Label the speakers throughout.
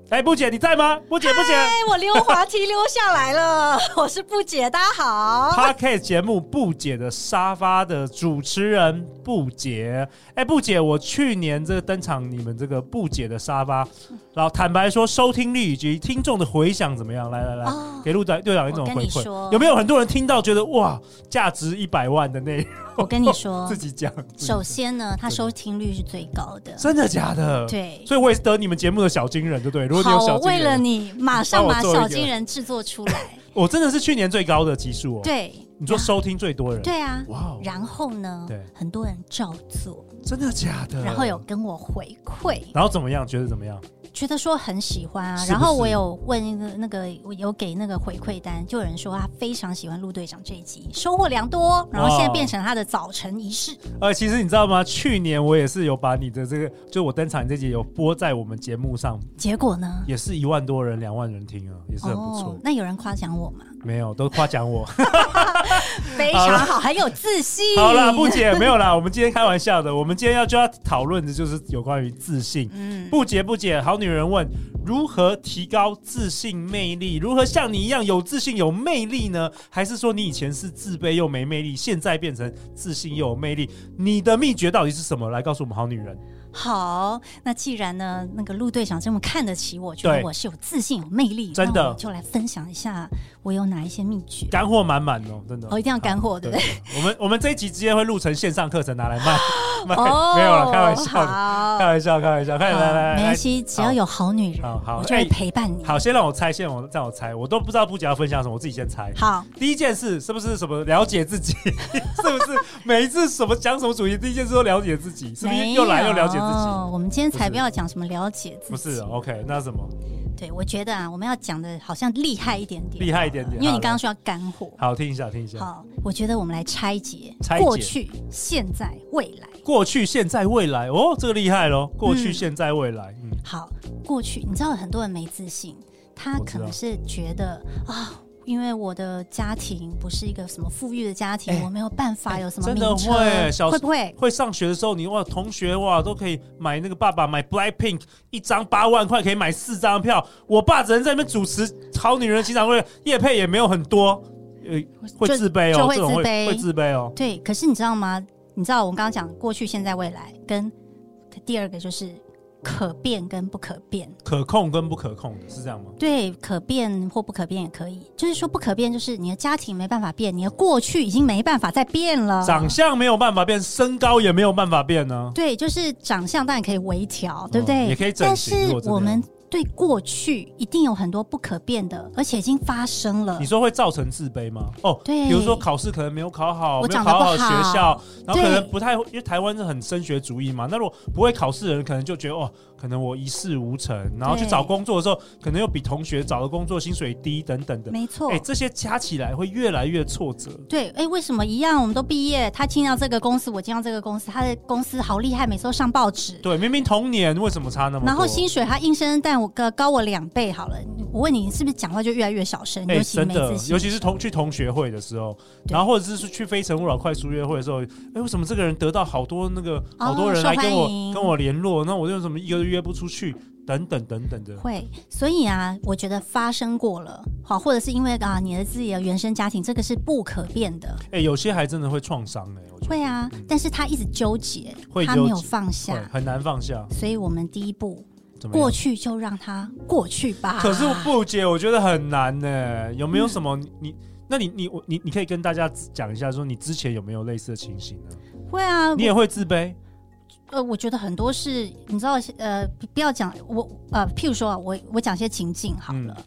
Speaker 1: 哎，布姐你在吗？布姐，布姐。
Speaker 2: 哎，我溜滑梯溜下来了， 我是不解，大家好。
Speaker 1: Podcast 节目《布姐的沙发》的主持人布姐，哎，布姐，我去年这个登场你们这个布姐的沙 发，然后坦白说，收听率以及听众的回响怎么样？来来来，
Speaker 2: 哦
Speaker 1: 给陆队队长一种
Speaker 2: 我跟
Speaker 1: 回
Speaker 2: 你
Speaker 1: 馈，
Speaker 2: 说
Speaker 1: 有没有很多人听到觉得哇，价值一百万的内容？
Speaker 2: 我跟你说
Speaker 1: 哦自，己讲，自己呃讲
Speaker 2: 首先呢，它收听率是最高的。
Speaker 1: 真的假的？
Speaker 2: 对
Speaker 1: 所以我也是得你们节目的小金人，对不对？如果你有
Speaker 2: 好，
Speaker 1: 小
Speaker 2: 我
Speaker 1: 金人，
Speaker 2: 为了，你，马上把
Speaker 1: 帮我做一
Speaker 2: 小
Speaker 1: 个
Speaker 2: 金人制作出 来。
Speaker 1: 我真的是去年最高的集数哦。，
Speaker 2: 对，
Speaker 1: 你说收听最多人，，
Speaker 2: 对啊。
Speaker 1: 哇哦，
Speaker 2: 然后呢
Speaker 1: 对，嗯
Speaker 2: 很多人照做，
Speaker 1: 真的假的？
Speaker 2: 然后有，跟我回馈，
Speaker 1: 然后怎么样？觉得怎么样？
Speaker 2: 觉得说很喜欢啊。
Speaker 1: 是不是
Speaker 2: 然后我有问一个那个，我有给那个回馈单，就有人说他非常喜欢陆队长这一集，收获良多。然后现在
Speaker 1: 哇
Speaker 2: 变成他的早晨仪式。
Speaker 1: 呃，其实你知道吗？去年我也是有把你的这个，就我登场这集有播在我们节目上，
Speaker 2: 结果呢？哦
Speaker 1: 也是一万多人、两万人听啊，也是很不错。
Speaker 2: 那有人夸奖我吗？
Speaker 1: 没有，都夸奖我。
Speaker 2: 非常好，很有自信。
Speaker 1: 好啦，不姐没有啦，我们今天开玩笑的。我们今天要就要讨论的就是有关于自信。
Speaker 2: 嗯，
Speaker 1: 不解不解，好女人问如何提高自信魅力？如何像你一样有自信有魅力呢？还是说你以前是自卑又没魅力，现在变成自信又有魅力？你的秘诀到底是什么？来告诉我们好女人。
Speaker 2: 好。那既然呢，那个陆队长这么看得起我，觉得
Speaker 1: 对
Speaker 2: 我是有自信、有魅力，
Speaker 1: 真的
Speaker 2: 那我就来分享一下我有哪一些秘诀。
Speaker 1: 干货满满哦，真的。
Speaker 2: 哦，一定要干货，对不对？
Speaker 1: 我 们我们这一集直接会录成线上课程拿来 卖，卖
Speaker 2: 哦，
Speaker 1: 没有了，开玩笑的，
Speaker 2: 好
Speaker 1: 开，玩笑，开玩笑，快点来来
Speaker 2: 没
Speaker 1: 来
Speaker 2: 关，系，只
Speaker 1: 好
Speaker 2: 要有好女人，
Speaker 1: 好好
Speaker 2: 我就会
Speaker 1: 哎
Speaker 2: 陪伴你。
Speaker 1: 好，先让我猜，先让我让我猜，我都不知道布姐要分享什么，我自己先猜。
Speaker 2: 好，
Speaker 1: 第一件事是不是什么了解自 己？是不是每一次什么讲什么主题，第一件事都了解自己？是不是
Speaker 2: 没
Speaker 1: 又来又了解自己？
Speaker 2: 有我们今天
Speaker 1: 不
Speaker 2: 才
Speaker 1: 是
Speaker 2: 不要讲什么了解自己，
Speaker 1: 不是，OK，那哦什么
Speaker 2: 对，我觉得啊，我们要讲的好像厉害一点点，
Speaker 1: 厉害一点点？
Speaker 2: 因为你
Speaker 1: 好
Speaker 2: 刚刚
Speaker 1: 来
Speaker 2: 说要干货。
Speaker 1: 好听一下，听一下，
Speaker 2: 好，我觉得我们来拆解
Speaker 1: 拆解
Speaker 2: 过去、现在、未来。
Speaker 1: 过去、现在、未来，哦，这个厉害咯！过去、
Speaker 2: 嗯
Speaker 1: 现在、未来，嗯，
Speaker 2: 好，过去你知道很多人没自信，他
Speaker 1: 我知
Speaker 2: 可能
Speaker 1: 道
Speaker 2: 是觉得啊。因为我的家庭不是一个什么富裕的家庭，
Speaker 1: 哎
Speaker 2: 我没有办法有什么
Speaker 1: 真
Speaker 2: 名
Speaker 1: 的
Speaker 2: 车，
Speaker 1: 会小
Speaker 2: 会不会？
Speaker 1: 会上学的时候，你哇，同学哇都可以买那个爸爸买 Black Pink 一张八万块，可以买四张票。我爸只能在那边主持《好女人情场攻略》，叶配也没有很多，呃，会
Speaker 2: 就
Speaker 1: 自卑
Speaker 2: 就
Speaker 1: 哦，
Speaker 2: 会
Speaker 1: 这种
Speaker 2: 自
Speaker 1: 会
Speaker 2: 卑
Speaker 1: 会自卑哦。
Speaker 2: 对，可是你知道吗？你知道我们刚刚讲过去、现在、未来，跟第二个就是可变跟不可变。
Speaker 1: 可控跟不可控的是这样吗？
Speaker 2: 对，可变或不可变也可以。就是说不可变，就是你的家庭没办法变，你的过去已经没办法再变了。
Speaker 1: 长相没有办法变，身高也没有办法变呢、
Speaker 2: 对，就是长相当然可以微调，对不对？
Speaker 1: 哦也可以整
Speaker 2: 但
Speaker 1: 形
Speaker 2: 是
Speaker 1: 如果真的
Speaker 2: 我们对过去一定有很多不可变的，而且已经发生了
Speaker 1: 你。说会造成自卑吗？哦，
Speaker 2: 对
Speaker 1: 比如说考试可能没有考好，
Speaker 2: 我
Speaker 1: 没有
Speaker 2: 长得
Speaker 1: 考好
Speaker 2: 不好
Speaker 1: 学校，然后可能
Speaker 2: 对
Speaker 1: 不太，因为台湾是很升学主义嘛。那如果不会考试的人，可能就觉得哦，可能我一事无成，然后去
Speaker 2: 对
Speaker 1: 找工作的时候，可能又比同学找的工作薪水低等等的。
Speaker 2: 没错，
Speaker 1: 哎，这些加起来会越来越挫折。
Speaker 2: 对，哎，为什么一样？我们都毕业，他进到这个公司，我进到这个公司，他的公司好厉害，每次都上报纸。
Speaker 1: 对，啊明明同年，为什么差那么多？
Speaker 2: 然后薪水他硬生生但我高高我两倍好了，我问你，你是不是讲话就越来越小声，
Speaker 1: 哎、
Speaker 2: 尤其
Speaker 1: 真
Speaker 2: 没
Speaker 1: 的
Speaker 2: 自，信
Speaker 1: 尤？其是同去同学会的时候，
Speaker 2: 对
Speaker 1: 然后或者是去非诚勿扰快速约会的时候，哎、为什么这个人得到好多那个好多人
Speaker 2: 哦受
Speaker 1: 来跟我、
Speaker 2: 欢迎
Speaker 1: 跟我联络，那我就怎么一个都约不出去，等等等等的。
Speaker 2: 会，所以啊，我觉得发生过了，好，或者是因为啊，你的自己的原生家庭，这个是不可变的，
Speaker 1: 哎、有些还真的会创伤哎，我觉得
Speaker 2: 会啊
Speaker 1: 嗯，
Speaker 2: 但是他一直纠结
Speaker 1: 会，
Speaker 2: 他没
Speaker 1: 纠
Speaker 2: 有
Speaker 1: 结
Speaker 2: 放
Speaker 1: 会
Speaker 2: 下，
Speaker 1: 很难放下。
Speaker 2: 所以我们第一步
Speaker 1: 怎么样
Speaker 2: 过去啊就让它过去吧。
Speaker 1: 可是不解，我觉得很难呢。有
Speaker 2: 嗯
Speaker 1: 没有什么你？你那你你我你你可以跟大家讲一下，说你之前有没有类似的情形呢？
Speaker 2: 会啊，
Speaker 1: 你也会自卑，
Speaker 2: 呃，我觉得很多是，你知道，呃，不不要讲我，呃，譬如说啊，我我讲一些情境好了，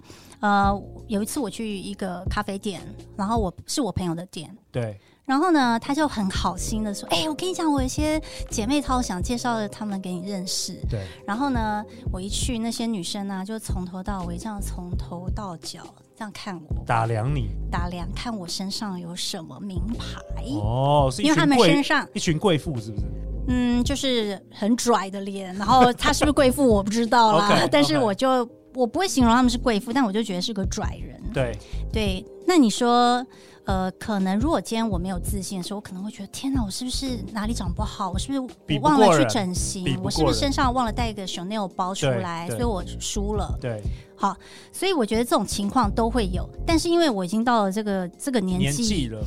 Speaker 1: 嗯
Speaker 2: 呃，有一次我去一个咖啡店，然后我是我朋友的店，
Speaker 1: 对，
Speaker 2: 然后呢，他就很好心的说：“哎、我跟你讲，我有一些姐妹超想介绍他们给你认识。”
Speaker 1: 对，
Speaker 2: 然后呢，我一去，那些女生呢、啊就从头到尾这样从头到脚这样看我，
Speaker 1: 打量你
Speaker 2: 打量看我身上有什么名牌，
Speaker 1: 哦，是一
Speaker 2: 因为他
Speaker 1: 群
Speaker 2: 们
Speaker 1: 贵
Speaker 2: 身上
Speaker 1: 一群贵妇是不是？
Speaker 2: 嗯就是很拽的脸，然后她是不是贵妇我不知道啦
Speaker 1: OK，OK
Speaker 2: 但是我就我不会形容他们是贵妇，但我就觉得是个拽人。
Speaker 1: 对，
Speaker 2: 对，那你说，呃，可能如果今天我没有自信的时候，我可能会觉得，天哪，我是不是哪里长不好？我是不
Speaker 1: 比
Speaker 2: 是
Speaker 1: 不
Speaker 2: 我忘
Speaker 1: 过
Speaker 2: 了去
Speaker 1: 人
Speaker 2: 整
Speaker 1: 比
Speaker 2: 形？
Speaker 1: 不
Speaker 2: 我是
Speaker 1: 过
Speaker 2: 不是
Speaker 1: 人
Speaker 2: 身上忘了带一个 Chanel 包出
Speaker 1: 对
Speaker 2: 来，
Speaker 1: 对
Speaker 2: 所以我输了？
Speaker 1: 对，
Speaker 2: 好，所以我觉得这种情况都会有，但是因为我已经到了这个这个年
Speaker 1: 年
Speaker 2: 纪，
Speaker 1: 纪了，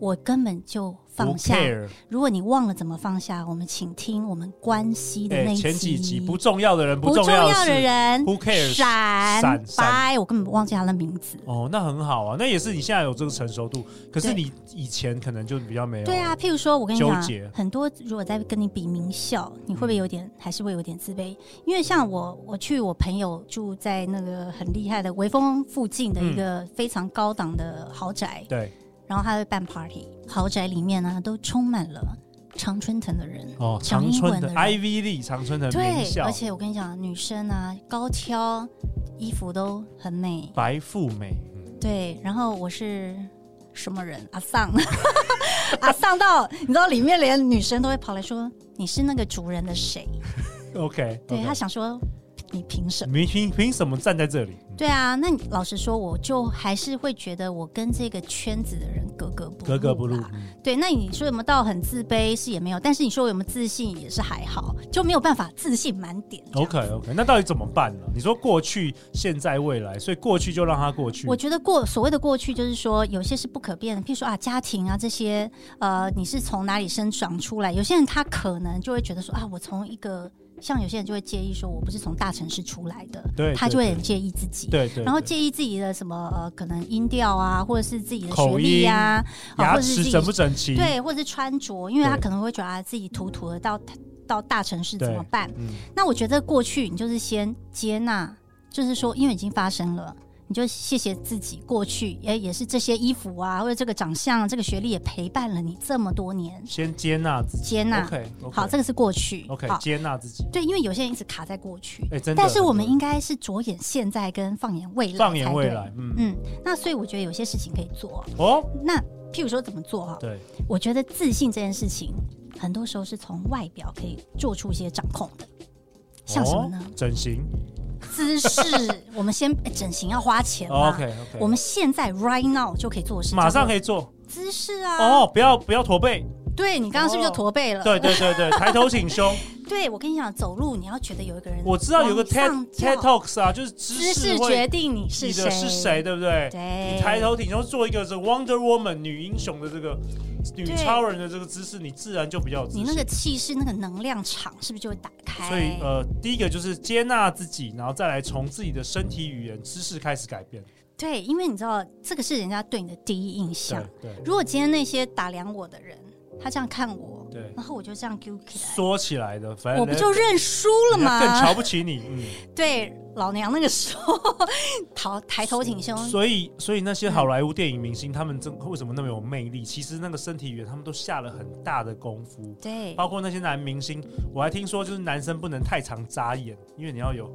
Speaker 2: 我根本就
Speaker 1: 不
Speaker 2: 放下。
Speaker 1: care。
Speaker 2: 如果你忘了怎么放下，我们请听我们关系的
Speaker 1: 哎
Speaker 2: 那，一集。
Speaker 1: 前几集不重要的人，
Speaker 2: 不
Speaker 1: 重
Speaker 2: 重
Speaker 1: 的
Speaker 2: 要的
Speaker 1: 事。
Speaker 2: 人
Speaker 1: Who cares？
Speaker 2: 闪
Speaker 1: 闪闪
Speaker 2: 拜，我根本忘记他的名字。
Speaker 1: 哦，那很好啊，那也是你现在有这个成熟度，可是
Speaker 2: 对
Speaker 1: 你以前可能就比较没有。
Speaker 2: 对啊，，譬如说，我跟你讲
Speaker 1: 哎纠结，
Speaker 2: 很多如果在跟你比名校，你会不会有点，还是会有点自卑？因为像我，我去我朋友住在那个很厉害的微风附近的一
Speaker 1: 嗯
Speaker 2: 个非常高档的豪宅，
Speaker 1: 对，
Speaker 2: 然后他会办 party，豪宅里面呢都充满了常春藤的人，
Speaker 1: 哦，
Speaker 2: 讲
Speaker 1: 长
Speaker 2: 英
Speaker 1: 春
Speaker 2: 文
Speaker 1: 的
Speaker 2: 的人
Speaker 1: IV 力，长春的名
Speaker 2: 对，
Speaker 1: 校
Speaker 2: 而，且我跟你讲，女生啊高挑，衣服都很美，
Speaker 1: 白富美，
Speaker 2: 对，然后我是什么人？阿丧，阿丧到你知道里面连女生都会跑来说你是那个主人的谁？
Speaker 1: OK，
Speaker 2: 对
Speaker 1: OK
Speaker 2: 他想说你凭什么？
Speaker 1: 你凭凭什么站在这里？嗯
Speaker 2: 对啊，那你老实说，我就还是会觉得我跟这个圈子的人格格不啊
Speaker 1: 格格不入嗯
Speaker 2: 啦。，对，那你说有没有到很自卑是也没有，但是你说我有没有自信也是还好，就没有办法自信满点。
Speaker 1: OK OK，那到底怎么办呢？你说过去、现在、未来，所以过去就让它过去。
Speaker 2: 我觉得过所谓的过去，就是说有些是不可变的，譬如说啊，家庭啊这些，呃，你是从哪里生长出来？有些人他可能就会觉得说啊，我从一个像有些人就会介意说我不是从大城市出来的，
Speaker 1: 对
Speaker 2: 他
Speaker 1: 对
Speaker 2: 就会
Speaker 1: 对
Speaker 2: 很介意自己。
Speaker 1: 对对，
Speaker 2: 然后
Speaker 1: 对
Speaker 2: 介意自己的什么呃，可能音调啊，或者是自己的
Speaker 1: 口
Speaker 2: 学历
Speaker 1: 音
Speaker 2: 呀、啊，
Speaker 1: 牙
Speaker 2: 或者是自
Speaker 1: 齿
Speaker 2: 己
Speaker 1: 整不整齐？，
Speaker 2: 对，或者是穿着，因为他
Speaker 1: 对
Speaker 2: 可能会觉得啊，自己土土的到到大城市怎
Speaker 1: 对
Speaker 2: 么办？
Speaker 1: 嗯，
Speaker 2: 那我觉得过去你就是先接纳，就是说，因为已经发生了。你就谢谢自己，过去也也是这些衣服啊，或者这个长相、这个学历也陪伴了你这么多年，
Speaker 1: 先接纳自己。
Speaker 2: 接纳。
Speaker 1: OK，
Speaker 2: 好，这个是过去。
Speaker 1: OK，
Speaker 2: 好，
Speaker 1: 接纳自己。
Speaker 2: 对，因为有些人一直卡在过去，
Speaker 1: 哎，真的。
Speaker 2: 但是我们
Speaker 1: 真的
Speaker 2: 应该是着眼现在跟放眼未来。
Speaker 1: 放眼未来。，嗯
Speaker 2: 嗯，那所以我觉得有些事情可以做。
Speaker 1: 哦，
Speaker 2: 那譬如说怎么做哈？
Speaker 1: 对，
Speaker 2: 我觉得自信这件事情，很多时候是从外表可以做出一些掌控的，像什么呢？
Speaker 1: 哦？整形。
Speaker 2: 姿势，我们先诶整形要花钱嘛。
Speaker 1: OK OK，
Speaker 2: 我们现在 right now 就可以做的事，
Speaker 1: 哦马上可
Speaker 2: 以
Speaker 1: 以做
Speaker 2: 姿势啊。
Speaker 1: 哦，不要不要驼背。
Speaker 2: 对你刚刚是不是就驼背了？
Speaker 1: 对对对 对，抬头挺胸。
Speaker 2: 对我跟你讲，走路你要觉得有一个人，
Speaker 1: 我知道有个 TED
Speaker 2: 上
Speaker 1: TED
Speaker 2: 跳
Speaker 1: Talks 啊，就是
Speaker 2: 姿
Speaker 1: 姿
Speaker 2: 势
Speaker 1: 势
Speaker 2: 决
Speaker 1: 会
Speaker 2: 定你
Speaker 1: 你
Speaker 2: 是
Speaker 1: 的
Speaker 2: 谁，
Speaker 1: 是谁，对不对？
Speaker 2: 对
Speaker 1: 你，抬头挺胸，做一个这 Wonder Woman 女英雄的这个女
Speaker 2: 对
Speaker 1: 超人的这个姿势，你自然就比较有自
Speaker 2: 你
Speaker 1: 信。
Speaker 2: 那个气势、那个能量场是不是就会打开？
Speaker 1: 所以呃，第一个就是接纳自己，然后再来从自己的身体语言、姿势开始改变。
Speaker 2: 对，因为你知道这个是人家对你的第一印象
Speaker 1: 对。对
Speaker 2: 如果今天那些打量我的人，他这样看我，
Speaker 1: 对，
Speaker 2: 然后我就这样揪起
Speaker 1: 缩起来的，反
Speaker 2: 来，
Speaker 1: 正
Speaker 2: 我不就认输了
Speaker 1: 人家更瞧
Speaker 2: 吗？
Speaker 1: 不起你。 嗯
Speaker 2: 对，老娘那个时候 抬抬头挺胸
Speaker 1: 嗯，，所以所以那些好莱坞电影明星，他们真为什么那么有魅力？其实那个身体语言，他们都下了很大的功夫。
Speaker 2: 对，
Speaker 1: 包括那些男明星，我还听说就是男生不能太常眨眼，因为你要有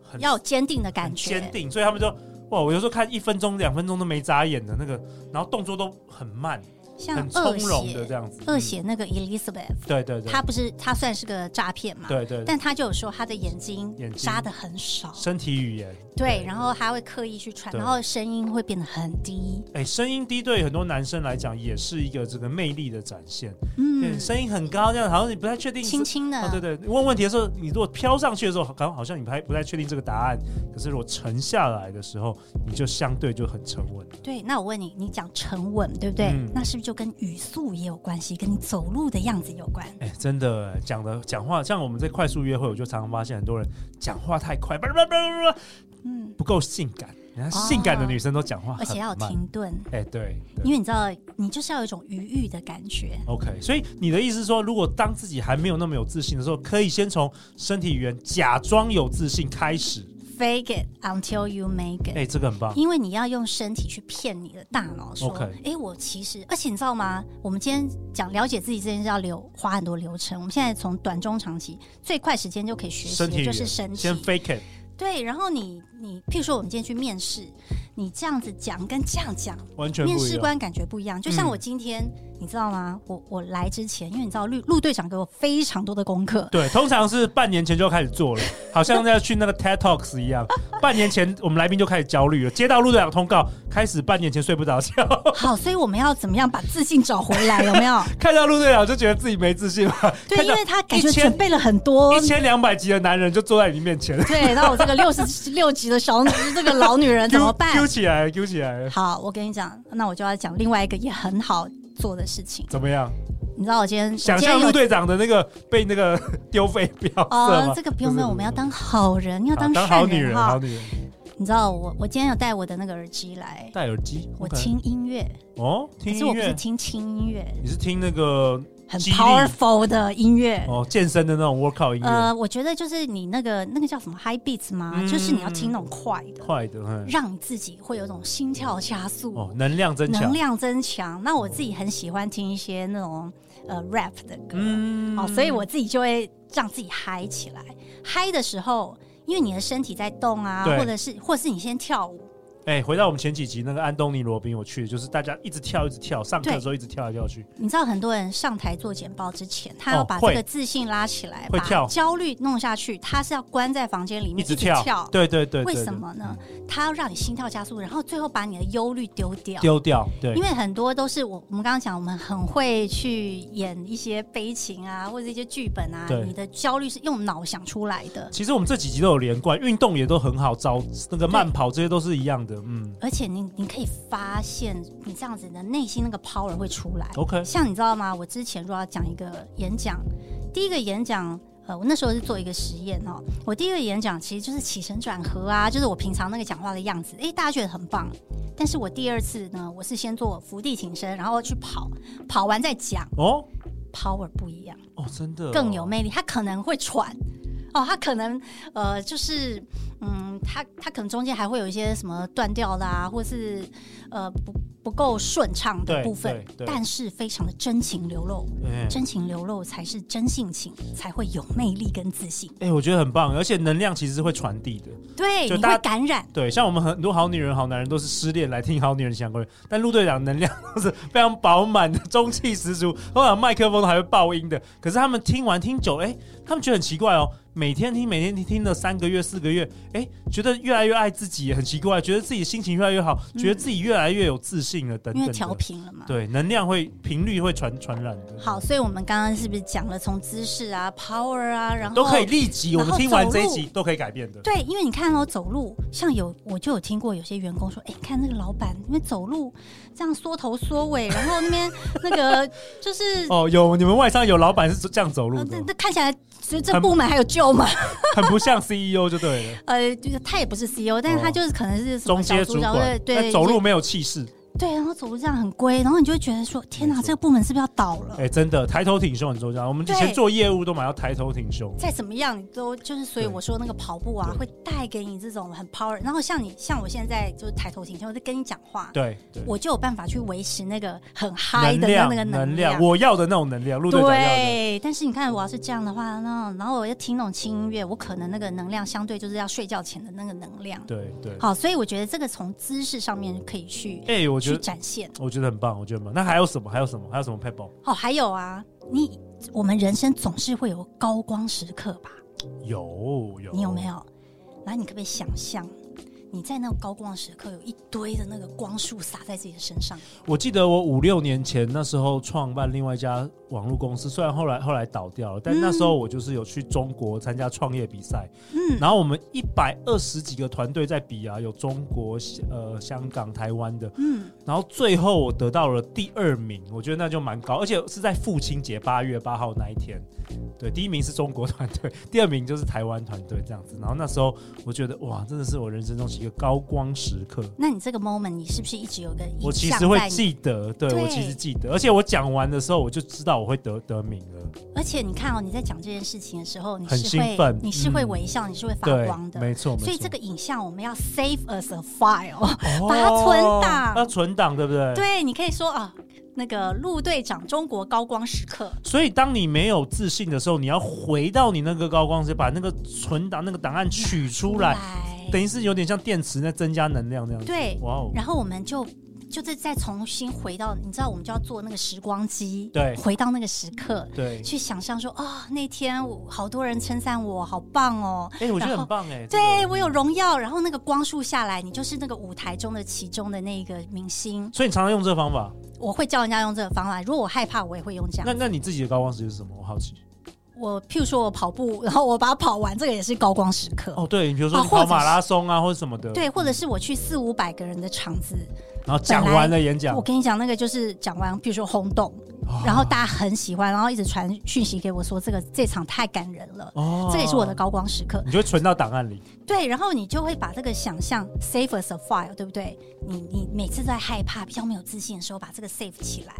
Speaker 1: 很
Speaker 2: 要有坚定的感
Speaker 1: 很坚
Speaker 2: 觉。
Speaker 1: 定，所以他们就哇，我有时候看一分钟、两分钟都没眨眼的那个，然后动作都很慢、
Speaker 2: 像
Speaker 1: 很从
Speaker 2: 恶
Speaker 1: 容的这
Speaker 2: 血，
Speaker 1: 样子。
Speaker 2: 恶
Speaker 1: 嗯
Speaker 2: 血那个 Elizabeth，
Speaker 1: 对对对，
Speaker 2: 她不是她算是个诈骗嘛？
Speaker 1: 对对对，
Speaker 2: 但她就有说她的眼睛
Speaker 1: 眼睛
Speaker 2: 眨的很少，
Speaker 1: 身体语言。
Speaker 2: 对，然后她会刻意去穿，
Speaker 1: 对
Speaker 2: 然后声音会变得很低，
Speaker 1: 哎，声音低对很多男生来讲也是一个这个魅力的展现。对，
Speaker 2: 嗯，
Speaker 1: 声音很高这样，好像你不太确定是。
Speaker 2: 轻轻的，
Speaker 1: 哦，对对，问问题的时候，你如果飘上去的时候，好像好像你还不太确定这个答案，可是如果沉下来的时候，你就相对就很沉稳了。
Speaker 2: 对，那我问你，你讲沉稳，对不对？
Speaker 1: 嗯
Speaker 2: 那是不是就跟语速也有关系，跟你走路的样子有关？
Speaker 1: 哎、真的哎讲的讲话，像我们在快速约会，我就常常发现很多人讲话太快，叭叭叭叭叭
Speaker 2: 嗯，
Speaker 1: 不够性感。人家
Speaker 2: 哦
Speaker 1: 性感的女生都讲话
Speaker 2: 而且
Speaker 1: 很
Speaker 2: 要有
Speaker 1: 慢。
Speaker 2: 停顿，
Speaker 1: 哎、对，
Speaker 2: 因
Speaker 1: 对
Speaker 2: 为你知道，你就是要有一种愉悦的感觉。
Speaker 1: OK。所以你的意思是说，如果当自己还没有那么有自信的时候，可以先从身体语言假装有自信开始。
Speaker 2: fake it until you make it。
Speaker 1: 哎、这个很棒，
Speaker 2: 因为你要用身体去骗你的大脑，说
Speaker 1: OK，
Speaker 2: 哎我其实，而且你知道吗？我们今天讲了解自己这件事要流花很多流程。我们现在从短中长期最快时间就可以学习
Speaker 1: 身体
Speaker 2: 的
Speaker 1: 语
Speaker 2: 就
Speaker 1: 言
Speaker 2: 是身体
Speaker 1: 先，fake it，
Speaker 2: 对。然后你你，譬如说我们今天去面试，你这样子讲跟这样讲，
Speaker 1: 完全
Speaker 2: 面
Speaker 1: 不一
Speaker 2: 试
Speaker 1: 样。
Speaker 2: 官感觉不一样。就
Speaker 1: 嗯
Speaker 2: 像我今天，你知道吗？我我来之前，因为你知道陆陆队长给我非常多的 功课，
Speaker 1: 对，通常是半年前就开始 做了，好像要去那个 TED Talks 一样。半年前我们来宾就开始焦虑了，接到陆队长通告，开始半年前睡不着觉，
Speaker 2: 好，所以我们要怎么样把自信找回来？有没有？
Speaker 1: 看到陆队长就觉得自己没自信了。
Speaker 2: 对，
Speaker 1: 看
Speaker 2: 因
Speaker 1: 到
Speaker 2: 为他感
Speaker 1: 一
Speaker 2: 觉
Speaker 1: 千
Speaker 2: 准备了很多
Speaker 1: 一千两百集的男人就坐在你面前，
Speaker 2: 对，那我这个六十六级的小女这个老女人怎么办？
Speaker 1: 揪起来，揪起来，
Speaker 2: 好，我跟你讲，那我就要讲另外一个也很好做的事情。
Speaker 1: 怎么样？
Speaker 2: 你知道我今天我今
Speaker 1: 想象
Speaker 2: 天
Speaker 1: 陆
Speaker 2: 有
Speaker 1: 队长的那个被那个 丢飞镖色
Speaker 2: 呃
Speaker 1: 吗？，
Speaker 2: 这个不用不用，我们要
Speaker 1: 当
Speaker 2: 当好人，要当
Speaker 1: 当好
Speaker 2: 善
Speaker 1: 女人，好
Speaker 2: 哈。
Speaker 1: 女人，
Speaker 2: 你知道我我今天有带我的那个耳机来，
Speaker 1: 戴耳机，
Speaker 2: 我
Speaker 1: OK
Speaker 2: 听音乐，
Speaker 1: 哦，
Speaker 2: 可
Speaker 1: 听
Speaker 2: 是
Speaker 1: 音
Speaker 2: 我不
Speaker 1: 乐
Speaker 2: 是，听轻音乐，
Speaker 1: 你是听那个
Speaker 2: 很
Speaker 1: 激励
Speaker 2: powerful 的音乐。
Speaker 1: 哦健身的那种 workout 音乐，
Speaker 2: 呃，我觉得就是你那个那个叫什么 high beats 吗？
Speaker 1: 嗯
Speaker 2: 就是你要听那种快的，
Speaker 1: 快的，嘿
Speaker 2: 让你自己会有一种心跳加速。
Speaker 1: 哦，能量增
Speaker 2: 能
Speaker 1: 强，
Speaker 2: 量增强。那我自己很喜欢听一些那种呃 rap 的歌，
Speaker 1: 嗯
Speaker 2: 哦，所以我自己就会让自己嗨起来。嗨的时候，因为你的身体在动啊，
Speaker 1: 对
Speaker 2: 或者是或者是你先跳舞，
Speaker 1: 哎，回到我们前几集那个安东尼罗宾，我去的就是大家一直跳，一直跳，上课的时候一直跳来跳去，
Speaker 2: 你知道很多人上台做简报之前，他
Speaker 1: 哦
Speaker 2: 要把
Speaker 1: 会
Speaker 2: 这个自信拉起来，
Speaker 1: 会跳
Speaker 2: 把焦虑弄下去，他是要关在房间里面
Speaker 1: 一直
Speaker 2: 跳。
Speaker 1: 跳，对对对，对嗯
Speaker 2: 为什？么呢？他要让你心跳加速，然后最后把你的忧虑丢掉
Speaker 1: 对。丢掉，对
Speaker 2: 因，为很多都是我我们刚刚讲，我们很会去演一些悲情啊，或者一些剧本啊
Speaker 1: 对，
Speaker 2: 你的焦虑是用脑想出来的。
Speaker 1: 其实我们这几集都有连贯，运动也都很好，找那个慢跑这些都是一样的。嗯
Speaker 2: 而且你你可以发现，你这样子你的内心那个 power 会出来。
Speaker 1: ，OK，
Speaker 2: 像你知道吗？我之前如果要讲一个演讲，第一个演讲，呃，我那时候是做一个实验哦。我第一个演讲其实就是起承转合啊，就是我平常那个讲话的样子，诶，大家觉得很棒。但是我第二次呢，我是先做伏地挺身，然后去跑，跑完再讲
Speaker 1: 哦
Speaker 2: ，power 不一样。
Speaker 1: 哦，真的哦
Speaker 2: 更有魅力，他可能会喘。哦，他可能呃，就是嗯，他他可能中间还会有一些什么断掉啦、或是呃不不够顺畅的
Speaker 1: 对
Speaker 2: 部分，，
Speaker 1: 对嗯
Speaker 2: 但是非常的真情流露，
Speaker 1: 对哎
Speaker 2: 真情流露才是真性情，才会有魅力跟自信。
Speaker 1: 哎，我觉得很棒，而且能量其实是会传递的。
Speaker 2: 对，
Speaker 1: 就
Speaker 2: 你
Speaker 1: 大家
Speaker 2: 会感染。
Speaker 1: 对，像我们很多好女人、好男人都是失恋来听好女人相关，但陆队长能量都是非常饱满的，中气十足，通常麦克风都还会爆音的。可是他们听完听久，哎，他们觉得很奇怪哦，每天听，每天听，听了三个月、四个月，哎，觉得越来越爱自己，很奇怪，觉得自己心情越来越好，觉得自己越来越有自信了，等
Speaker 2: 因
Speaker 1: 等的。
Speaker 2: 为调频了嘛，
Speaker 1: 对，能量会频率会传传染的，
Speaker 2: 好，所以我们刚刚是不是讲了从姿势啊、power 啊，然后
Speaker 1: 都可以立即，我
Speaker 2: 然
Speaker 1: 们
Speaker 2: 后
Speaker 1: 听完
Speaker 2: 走
Speaker 1: 这一
Speaker 2: 路
Speaker 1: 集都可以改变的。
Speaker 2: 对，因为你看哦，走路像有我就有听过有些员工说，哎，你看那个老板，因为走路这样缩头缩尾，然后那边那 个 就是。
Speaker 1: 哦，有你们外商有老板是这样走路
Speaker 2: 呃
Speaker 1: 的
Speaker 2: 那，那看起来，所以这
Speaker 1: 很
Speaker 2: 部门还有救吗？
Speaker 1: 很不像 CEO 就对了，
Speaker 2: 呃，就是他也不是 CEO，但是他就是可能是什
Speaker 1: 哦中
Speaker 2: 么小
Speaker 1: 阶
Speaker 2: 组
Speaker 1: 主
Speaker 2: 长，
Speaker 1: 管
Speaker 2: 对，嗯
Speaker 1: 但
Speaker 2: 对，
Speaker 1: 走路
Speaker 2: 就
Speaker 1: 没有气势，
Speaker 2: 对，然后走路这样很龟，然后你就会觉得说，天
Speaker 1: 没
Speaker 2: 哪，
Speaker 1: 错
Speaker 2: 这个部门是不是要倒了？
Speaker 1: 哎，真的抬头挺胸很重要。我们以前
Speaker 2: 对
Speaker 1: 做业务都蛮要抬头挺胸，
Speaker 2: 再怎么样，你都就是，所以我说那个跑步啊，会
Speaker 1: 对
Speaker 2: 带给你这种很 power。然后像你，像我现在就是抬头挺胸，我在跟你讲话，
Speaker 1: 对对，
Speaker 2: 我就有办法去维持那个很嗨
Speaker 1: 能
Speaker 2: 的那
Speaker 1: 量
Speaker 2: 个
Speaker 1: 能
Speaker 2: 能
Speaker 1: 量，
Speaker 2: 量。
Speaker 1: 我要的那种能量，陆队长要的。
Speaker 2: 对，但是你看，我要是这样的话，那然后我要听那种轻音乐，我可能那个能量相对就是要睡觉前的那个能量。
Speaker 1: 对对，
Speaker 2: 好，所以我觉得这个从姿势上面可以去
Speaker 1: 哎，我觉
Speaker 2: 去
Speaker 1: 得
Speaker 2: 展现。
Speaker 1: 我觉得很棒，我觉得很棒。那还有什么？还有什么？还有什么 pebble？
Speaker 2: 哦，还有啊，你我们人生总是会有高光时刻吧？
Speaker 1: 有有，
Speaker 2: 你有没？有？然后你可不可以想象，你在那种高光时刻有一堆的那个光束洒在自己的身上？
Speaker 1: 我记得我五六年前那时候创办另外一家网络公司，虽然后来后来倒掉了，但那时候我就是有去中国参加创业比赛，
Speaker 2: 嗯，
Speaker 1: 然后我们一百二十几个团队在比啊，有中国、呃香港、台湾的，
Speaker 2: 嗯，
Speaker 1: 然后最后我得到了第二名，我觉得那就蛮高，而且是在父亲节八月八号那一天，对，第一名是中国团队，第二名就是台湾团队这样子，然后那时候我觉得哇，真的是我人生中一个个高光时刻。
Speaker 2: 那你这个 moment，你是不是一直有个
Speaker 1: 我
Speaker 2: 印
Speaker 1: 其
Speaker 2: 象
Speaker 1: 实会
Speaker 2: 在你？
Speaker 1: 记得，对
Speaker 2: 对
Speaker 1: 我其实记得，而且我讲完的时候我就知道我会得得名了，
Speaker 2: 而且你看哦，你在讲这件事情的时候，你
Speaker 1: 很
Speaker 2: 是
Speaker 1: 兴
Speaker 2: 会
Speaker 1: 奋
Speaker 2: 你是会
Speaker 1: 嗯
Speaker 2: 微笑，你是会发
Speaker 1: 对
Speaker 2: 光，的。
Speaker 1: 没错，没错。
Speaker 2: 所以这个影像我们要 save as a file。
Speaker 1: 哦
Speaker 2: 把它存档
Speaker 1: 要存档，对不对？。
Speaker 2: 对你可以说啊，那个陆队长中国高光时刻。
Speaker 1: 所以当你没有自信的时候，你要回到你那个高光时，把那个存档、那个档案取出来，等于是有点像电池在增加能量那样子。
Speaker 2: 对，
Speaker 1: 哇哦，
Speaker 2: 然后我们就就是再重新回到，你知道，我们就要做那个时光机，
Speaker 1: 对
Speaker 2: 回到那个时刻，
Speaker 1: 对，
Speaker 2: 去想象说，哦，那天我好多人称赞我，好棒哦。
Speaker 1: 哎、我觉得
Speaker 2: 然
Speaker 1: 很
Speaker 2: 后
Speaker 1: 棒哎、这
Speaker 2: 对
Speaker 1: 个
Speaker 2: 我有荣耀，然后那个光束下来，你就是那个舞台中的其中的那个明星。
Speaker 1: 所以你常常用这个方法。
Speaker 2: 我会教人家用这个方法，如果我害怕，我也会用这样
Speaker 1: 那。那你自己的高光时刻是什么？我好奇。
Speaker 2: 我譬如说我跑步， 然后我把它跑完，这个也是高光时刻。
Speaker 1: 哦，对，比如说
Speaker 2: 啊
Speaker 1: 你
Speaker 2: 或
Speaker 1: 跑
Speaker 2: 者
Speaker 1: 马
Speaker 2: 是
Speaker 1: 拉松啊，或者什么的。
Speaker 2: 对，或者是我去四五百个人的场子，
Speaker 1: 然后讲完了演讲
Speaker 2: 我，跟你讲，那个就是讲完，譬如说轰动，
Speaker 1: 哦
Speaker 2: 然后大家很喜欢，然后一直传讯息给我说这个这场太感人了。
Speaker 1: 哦
Speaker 2: 这也是我的，高光时刻，
Speaker 1: 你就会存到档案里。
Speaker 2: 对，然后你就会把这个想象 save as a file，对不对？你你每次在害怕、比较没有自信的时候，把这个 save 起来，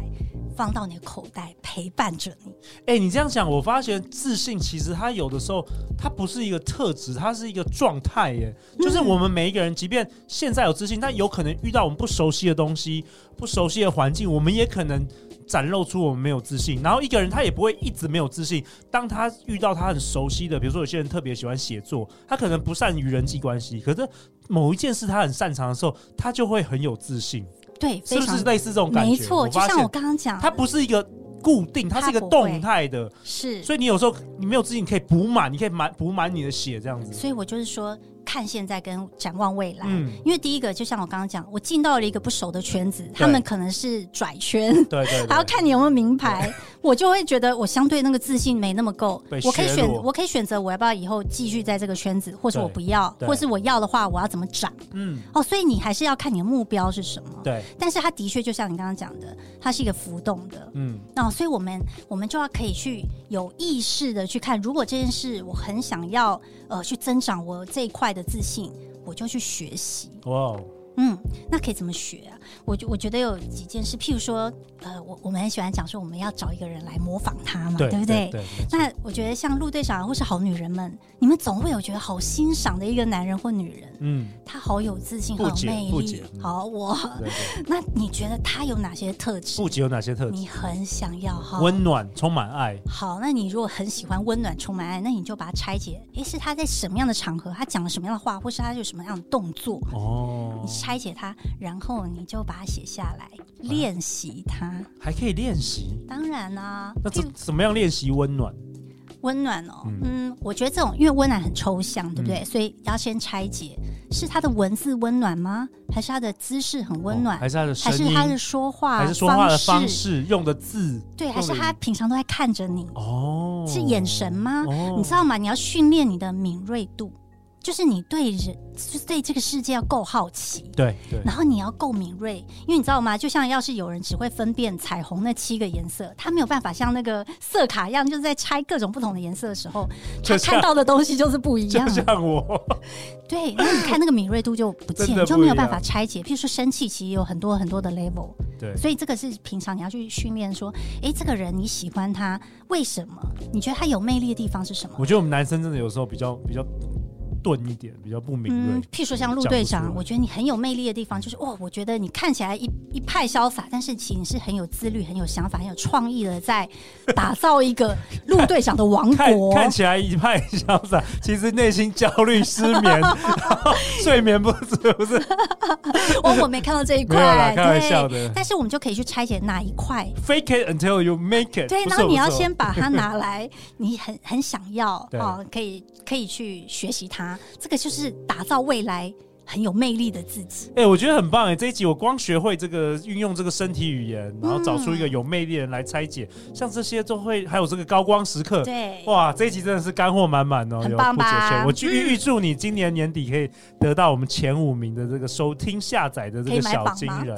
Speaker 2: 放到你的口袋，陪伴着你。
Speaker 1: 哎、你这样讲，我发现自信其实它有的时候它不是一个特质，它是一个状态耶。
Speaker 2: 嗯
Speaker 1: 就是我们每一个人，即便现在有自信，但有可能遇到我们不熟悉的东西、不熟悉的环境，我们也可能展露出我们没有自信。然后一个人他也不会一直没有自信，当他遇到他很熟悉的，比如说有些人特别喜欢写作，他可能不善于人际关系，可是某一件事他很擅长的时候，他就会很有自信，
Speaker 2: 对，
Speaker 1: 是
Speaker 2: 非
Speaker 1: 不
Speaker 2: 常
Speaker 1: 是类似这种感觉？
Speaker 2: 没错，
Speaker 1: 我
Speaker 2: 就
Speaker 1: 发
Speaker 2: 像我
Speaker 1: 现
Speaker 2: 刚刚讲的，
Speaker 1: 它不是一个固定，它是一个
Speaker 2: 它不会
Speaker 1: 动态的。
Speaker 2: 是，
Speaker 1: 所以你有时候你没有自信，你可以补满，你可以满补满你的血这样子。
Speaker 2: 所以我就是说，看现在跟展望未来。
Speaker 1: 嗯
Speaker 2: 因为第一个，就像我刚刚讲，我进到了一个不熟的圈子，他们可能是拽圈，
Speaker 1: 对对对，
Speaker 2: 还要看你有没有名牌， 我就会觉得我相对那个自信没那么够
Speaker 1: 被。
Speaker 2: 我可以
Speaker 1: 削
Speaker 2: 选，
Speaker 1: 弱
Speaker 2: 我可以选择我要不要以后继续在这个圈子，或是
Speaker 1: 对
Speaker 2: 我不要，
Speaker 1: 对
Speaker 2: 或是我要的话，我要怎么长。
Speaker 1: 嗯，
Speaker 2: 哦，所以你还是要看你的目标是什么。
Speaker 1: 对，
Speaker 2: 但是它的确就像你刚刚讲的，它是一个浮动的。
Speaker 1: 嗯，
Speaker 2: 哦，所以我们我们就要可以去有意识的去看，如果这件事我很想要呃去增长我这一块的自信，我就去学习。
Speaker 1: 哇哦，
Speaker 2: 嗯，那可以怎么学啊？我就我觉得有几件事，譬如说，呃，我我们很喜欢讲说我们要找一个人来模仿他嘛，不
Speaker 1: 对对，没错
Speaker 2: 那我觉得像陆队长或是好女人们，你们总会有觉得好欣赏的一个男人或女人，
Speaker 1: 嗯，
Speaker 2: 他好有自信，
Speaker 1: 不
Speaker 2: 好有
Speaker 1: 解
Speaker 2: 魅
Speaker 1: 不
Speaker 2: 力
Speaker 1: 解嗯，
Speaker 2: 好我。
Speaker 1: 对对，
Speaker 2: 那你觉得他有哪些特质？
Speaker 1: 布吉有哪些特质？
Speaker 2: 你很想要哈？
Speaker 1: 温暖，充满爱，
Speaker 2: 好，那你如果很喜欢温暖、充满爱，那你就把它拆解。诶，是他在什么样的场合，他讲了什么样的话，或是他有什么样的动作，
Speaker 1: 哦啊
Speaker 2: 你，拆解它，然后你就把它写下来，练习它。
Speaker 1: 还可以练习。
Speaker 2: 当然啦、
Speaker 1: 那
Speaker 2: 譬
Speaker 1: 怎
Speaker 2: 如
Speaker 1: 怎么样练习温暖？
Speaker 2: 温暖哦，
Speaker 1: 嗯
Speaker 2: 嗯我觉得这种因为温暖很抽象，对不对？所以要先拆解，是他的文字温暖吗？还是他的姿势很温暖？
Speaker 1: 哦还是他的
Speaker 2: 还
Speaker 1: 声
Speaker 2: 是
Speaker 1: 音，
Speaker 2: 他的说话，
Speaker 1: 还是说话的方
Speaker 2: 式？
Speaker 1: 式，用的字，
Speaker 2: 对，还是
Speaker 1: 用的
Speaker 2: 他平常都在看着你？
Speaker 1: 哦，
Speaker 2: 是眼神吗？
Speaker 1: 哦
Speaker 2: 你知道吗？你要训练你的敏锐度，就是你对人，就是对这个世界要够好奇，
Speaker 1: 对对，
Speaker 2: 然后你要够敏锐，因为你知道吗？就像要是有人只会分辨彩虹那七个颜色，他没有办法像那个色卡一样，就是在拆各种不同的颜色的 时候，
Speaker 1: 就
Speaker 2: 他
Speaker 1: 像
Speaker 2: 看到的东西就是不一
Speaker 1: 就
Speaker 2: 样。
Speaker 1: 像我，
Speaker 2: 对，那你看那个敏锐度就不
Speaker 1: 真
Speaker 2: 见，
Speaker 1: 的
Speaker 2: 你就
Speaker 1: 不一
Speaker 2: 没
Speaker 1: 样
Speaker 2: 有办法拆解。譬如说生气，其实有很多很多的 level。
Speaker 1: 对
Speaker 2: 所以这个是平常你要去训练，说，诶，这个人你喜欢他，为什么？你觉得他有魅力的地方是什么？
Speaker 1: 我觉得我们男生真的有时候比较比较钝一点，比较不敏锐
Speaker 2: 嗯，。譬如说像
Speaker 1: 讲
Speaker 2: 陆
Speaker 1: 不
Speaker 2: 队
Speaker 1: 出来
Speaker 2: 长，我觉得你很有魅力的地方就是，哇，我觉得你看起来一一派潇洒，但是其实你是很有自律、很有想法、很有创意的，在打造一 个陆队长的王
Speaker 1: 看
Speaker 2: 国。
Speaker 1: 看起来一派潇洒，其实内心焦虑、失眠， 然后睡眠不足，不是
Speaker 2: 哦，我没看到这一
Speaker 1: 没有啦
Speaker 2: 块，
Speaker 1: 开玩笑
Speaker 2: 对
Speaker 1: 的。
Speaker 2: 但是我们就可以去拆解哪一块，
Speaker 1: fake it until you make it 不错。
Speaker 2: 对，然后你要
Speaker 1: 不错
Speaker 2: 先把它拿来，你很很想要
Speaker 1: 对
Speaker 2: 哦，可以可以去学习它，这个就是打造未来很有魅力的自 己。
Speaker 1: 哎、我觉得很棒哎！这一集我光学会这个运用这个身体语言，然后找出
Speaker 2: 嗯
Speaker 1: 一个有魅力的人来拆解，像这些都会，还有这个高光时刻。
Speaker 2: 对，
Speaker 1: 哇，这一集真的是干货满满哦，
Speaker 2: 哎很
Speaker 1: 有
Speaker 2: 棒
Speaker 1: 不解
Speaker 2: 吧
Speaker 1: 圈我预
Speaker 2: 嗯
Speaker 1: 预祝你今年年底可以得到我们前五名的这个收听下载的这个
Speaker 2: 可以买
Speaker 1: 小
Speaker 2: 榜
Speaker 1: 金
Speaker 2: 吗
Speaker 1: 人，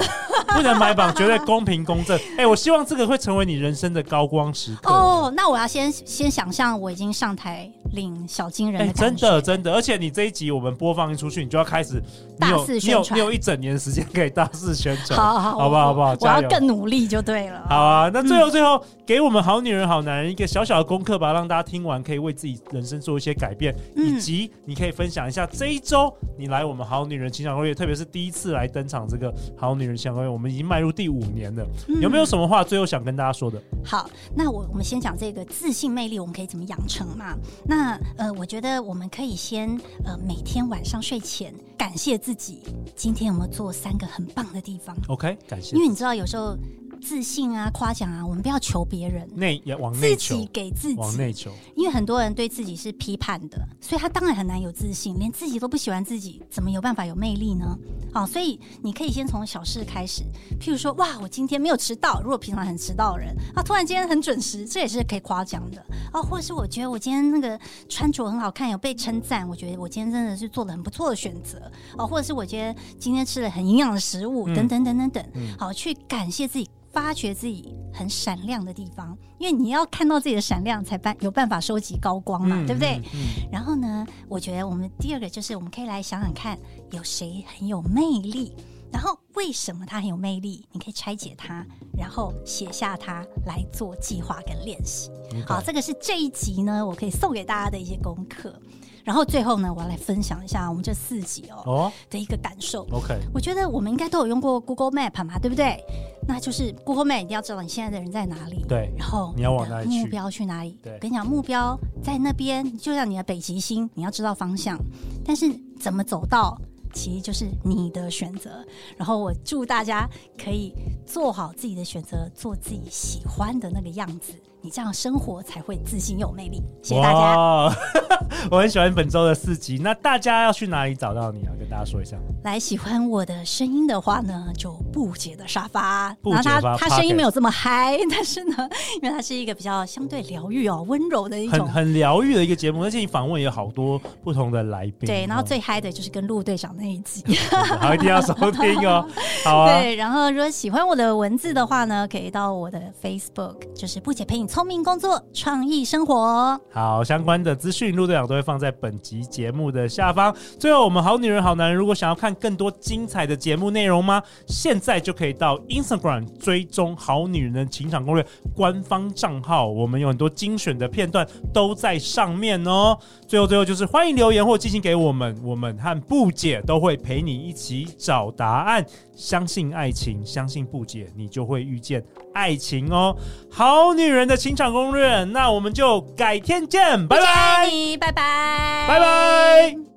Speaker 1: 不能买榜，绝对公平公 正。哎、我
Speaker 2: 哦
Speaker 1: 希望这个会成为你人生的高光时刻。
Speaker 2: 哦，那我要先先想象我已经上台领小金人
Speaker 1: 哎、
Speaker 2: 的
Speaker 1: 真
Speaker 2: 感觉。
Speaker 1: 的真的，而且你这一集我们播放一出去，你就要开始，你
Speaker 2: 大
Speaker 1: 有
Speaker 2: 肆
Speaker 1: 你
Speaker 2: 宣
Speaker 1: 有
Speaker 2: 传
Speaker 1: 你有一整年时间可以大肆宣传，
Speaker 2: 好好
Speaker 1: 好不好？好不好？
Speaker 2: 我要
Speaker 1: 加油！
Speaker 2: 更努力就对了。
Speaker 1: 好啊，那最后最后给我们好女人好男人一个小小的功课吧，让大家听完可以为自己人生做一些改变，
Speaker 2: 嗯
Speaker 1: 以及你可以分享一下这一周你来我们好女人情感攻略，特别是第一次来登场这个好女人情感攻略，我们已经迈入第五年了，
Speaker 2: 嗯
Speaker 1: 有没有什么话最后想跟大家说的？
Speaker 2: 好，那我我们先讲这个自信魅力，我们可以怎么养成嘛？那呃，我觉得我们可以先呃每天晚上睡前感谢自己，今天有没有做三个很棒的地方？
Speaker 1: OK，感谢
Speaker 2: 因。为你知道有时候自信啊、夸奖啊，我们不要求别人，
Speaker 1: 内也往内
Speaker 2: 自
Speaker 1: 求
Speaker 2: 己，给自
Speaker 1: 往
Speaker 2: 己。
Speaker 1: 内求。
Speaker 2: 因为很多人对自己是批判的，所以他当然很难有自信，连自己都不喜欢自己，怎么有办法有魅力呢？哦，所以你可以先从小事开始，譬如说，哇，我今天没有迟到。如果平常很迟到的人，啊，突然间很准时，这也是可以夸奖的。哦，或者是我觉得我今天那个穿着很好看，有被称赞，我觉得我今天真的是做了很不错的选择。哦，或者是我觉得今天吃了很营养的食物，
Speaker 1: 嗯
Speaker 2: 等等等等等
Speaker 1: 嗯。
Speaker 2: 好，去感谢自己。发掘自己很闪亮的地方，因为你要看到自己的闪亮，才办有办法收集高光嘛，对不对？？
Speaker 1: 嗯
Speaker 2: 然后呢，我觉得我们第二个就是我们可以来想想看，有谁很有魅力，然后为什么他很有魅力？你可以拆解它，然后写下它来做计划跟练习。
Speaker 1: 嗯
Speaker 2: 好，
Speaker 1: OK
Speaker 2: 这个是这一集呢，我可以送给大家的一些功课。然后最后呢，我要来分享一下我们这四集哦
Speaker 1: 哦
Speaker 2: 的一个感受。
Speaker 1: ，OK，
Speaker 2: 我觉得我们应该都有用过 Google Map 嘛，对不对？那就是 Google Map 一定要知道你现在的人在哪里，
Speaker 1: 对
Speaker 2: 然后
Speaker 1: 你要往哪里
Speaker 2: 的
Speaker 1: 去
Speaker 2: 目标去哪里？
Speaker 1: 对
Speaker 2: 跟你讲，目标在那边，就像你的北极星，你要知道方向，但是怎么走到，其实就是你的选择。然后我祝大家可以做好自己的选择，做自己喜欢的那个样子，你这样生活才会自信又有魅力。谢谢大家，
Speaker 1: 哇， 我很喜欢本周的四集。那大家要去哪里找到你啊？跟大家说一下。
Speaker 2: 来喜欢我的声音的话呢，就不解的沙发。
Speaker 1: 不
Speaker 2: 然后
Speaker 1: 解
Speaker 2: 他
Speaker 1: 吧
Speaker 2: 他
Speaker 1: Podcast
Speaker 2: 声音没有这么嗨， 但是呢，因为它是一个比较相对疗愈哦、温柔的一
Speaker 1: 很
Speaker 2: 种。
Speaker 1: 很疗愈的一个节目，而且你访问也有好多不同的来宾，
Speaker 2: 对，然后
Speaker 1: 哦
Speaker 2: 最嗨的就是跟陆队长那一集。
Speaker 1: 好一定 要收听哦， 好啊，
Speaker 2: 对，然后如果喜欢我的文字的话呢，可以到我的 Facebook，就是不解陪你聪明工作创意生活哦。
Speaker 1: 好，相关的资讯陆队长都会放在本集节目的下方。最后，我们好女人好男人，如果想要看更多精彩的节目内容吗？现在就可以到 Instagram 追踪好女人的情场攻略官方账号，我们有很多精选的片段都在上面哦。最后，最后就是欢迎留言或寄信给我们，我们和布姐都会陪你一起找答案。相信爱情，相信布姐，你就会遇见爱情哦。好女人的情场攻略，那我们就改天见，拜拜，
Speaker 2: 爱你，拜拜，
Speaker 1: 拜拜。